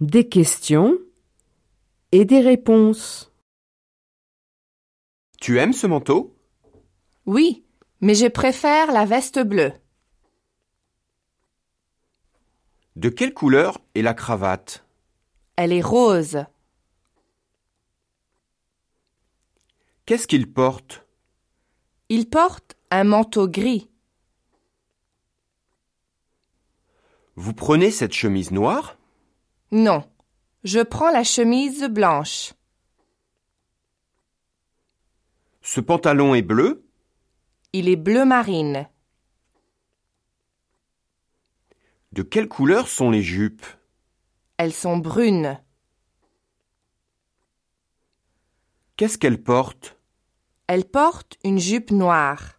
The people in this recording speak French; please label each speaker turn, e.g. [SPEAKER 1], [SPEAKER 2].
[SPEAKER 1] des questions et des réponses.
[SPEAKER 2] Tu aimes ce manteau
[SPEAKER 3] Oui, mais je préfère la veste bleue.
[SPEAKER 2] De quelle couleur est la cravate
[SPEAKER 3] Elle est rose.
[SPEAKER 2] Qu'est-ce qu'il porte
[SPEAKER 3] Il porte un manteau gris.
[SPEAKER 2] Vous prenez cette chemise noire
[SPEAKER 3] Non, je prends la chemise blanche.
[SPEAKER 2] Ce pantalon est bleu
[SPEAKER 3] Il est bleu marine.
[SPEAKER 2] De quelle couleur sont les jupes
[SPEAKER 3] Elles sont brunes.
[SPEAKER 2] Qu'est-ce qu'elle porte
[SPEAKER 3] Elle porte une jupe noire.